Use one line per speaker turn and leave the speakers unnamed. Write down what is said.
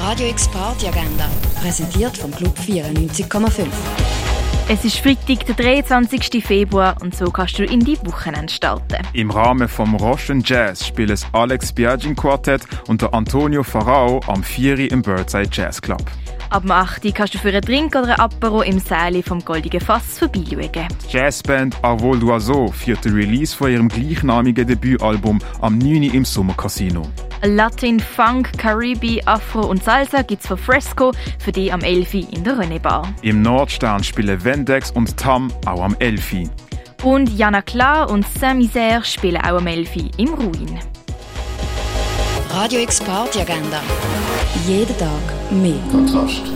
Radio X Party Agenda, präsentiert vom Club 94,5.
Es ist Freitag, der 23. Februar und so kannst du in die Wochenende starten.
Im Rahmen vom Russian Jazz spielt das Alex Biagin Quartett und der Antonio Farao am Fieri im Birdside Jazz Club.
Ab dem 8. Uhr kannst du für einen Drink oder ein Apero im Säle vom Goldigen Fass vorbeischauen.
Die Jazzband Avol d'Oiseau führt den Release von ihrem gleichnamigen Debütalbum am 9. Uhr im Sommercasino.
Latin, Funk, Karibi, Afro und Salsa gibt's von Fresco für dich am 11. Uhr in der René Bar.
Im Nordstern spielen Vendex und Tam auch am 11. Uhr.
Und Jana Klar und Saint-Misère spielen auch am 11. Uhr im Ruin.
Radio X Party Agenda. Jeden Tag mehr.
Kontrast.